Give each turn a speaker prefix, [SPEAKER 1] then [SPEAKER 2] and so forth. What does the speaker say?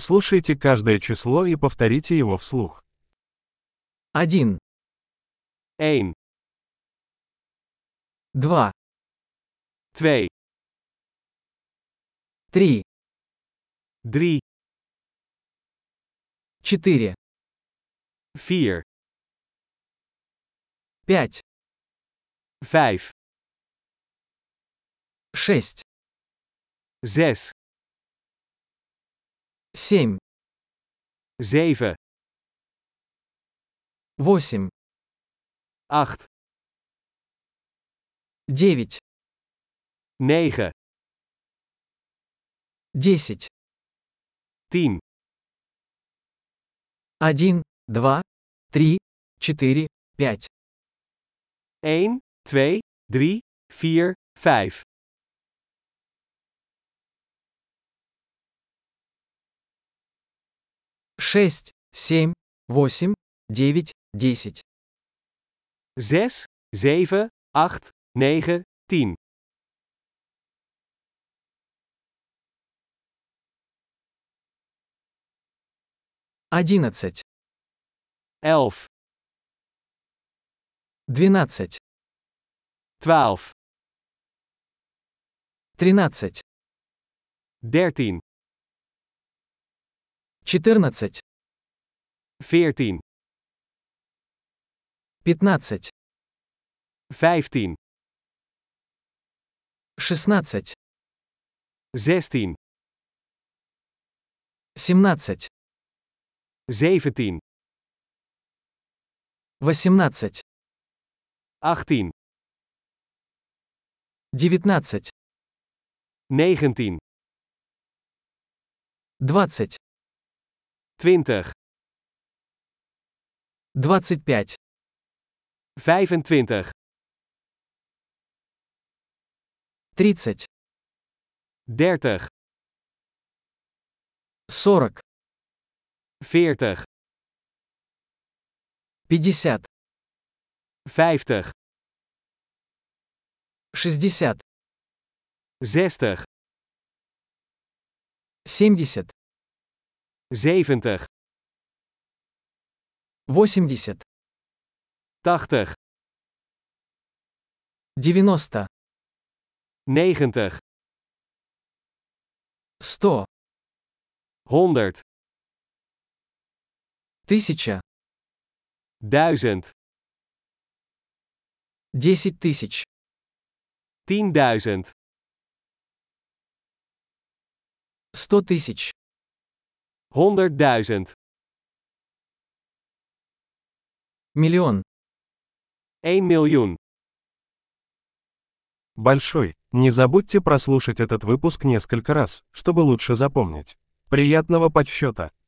[SPEAKER 1] Прослушайте каждое число и повторите его вслух.
[SPEAKER 2] 1,
[SPEAKER 3] 1,
[SPEAKER 2] 2,
[SPEAKER 3] 2,
[SPEAKER 2] 3,
[SPEAKER 3] 3,
[SPEAKER 2] 4,
[SPEAKER 3] 4,
[SPEAKER 2] 5,
[SPEAKER 3] 5,
[SPEAKER 2] 6,
[SPEAKER 3] 6,
[SPEAKER 2] 7,
[SPEAKER 3] 7,
[SPEAKER 2] 8,
[SPEAKER 3] 8,
[SPEAKER 2] 9,
[SPEAKER 3] 9,
[SPEAKER 2] 10,
[SPEAKER 3] 10,
[SPEAKER 2] 1, 2, 3, 4, 5,
[SPEAKER 3] 1, 2, 3, 4, 5.
[SPEAKER 2] 6, 7, 8, 9, 10,
[SPEAKER 3] 6, 7, 8, 9, 10,
[SPEAKER 2] 11,
[SPEAKER 3] 11,
[SPEAKER 2] 12,
[SPEAKER 3] 12,
[SPEAKER 2] 13,
[SPEAKER 3] 13,
[SPEAKER 2] 14,
[SPEAKER 3] 14,
[SPEAKER 2] 15,
[SPEAKER 3] 15,
[SPEAKER 2] 16,
[SPEAKER 3] 16,
[SPEAKER 2] 17,
[SPEAKER 3] 17,
[SPEAKER 2] 18,
[SPEAKER 3] 18,
[SPEAKER 2] 19,
[SPEAKER 3] 19,
[SPEAKER 2] 20,
[SPEAKER 3] 20,
[SPEAKER 2] 25,
[SPEAKER 3] 25,
[SPEAKER 2] 30,
[SPEAKER 3] 30,
[SPEAKER 2] 40,
[SPEAKER 3] 40,
[SPEAKER 2] 50,
[SPEAKER 3] 50,
[SPEAKER 2] 60,
[SPEAKER 3] 60,
[SPEAKER 2] 70,
[SPEAKER 3] 70,
[SPEAKER 2] 80,
[SPEAKER 3] 80, 90,
[SPEAKER 2] 90, 100,
[SPEAKER 3] 100,
[SPEAKER 2] 1000,
[SPEAKER 3] 1000,
[SPEAKER 2] 10 тысяч,
[SPEAKER 3] 10.000,
[SPEAKER 2] 100 тысяч,
[SPEAKER 3] 100.000,
[SPEAKER 2] миллион.
[SPEAKER 3] 1 miljoen.
[SPEAKER 1] Большой. Не забудьте прослушать этот выпуск несколько раз, чтобы лучше запомнить. Приятного подсчета!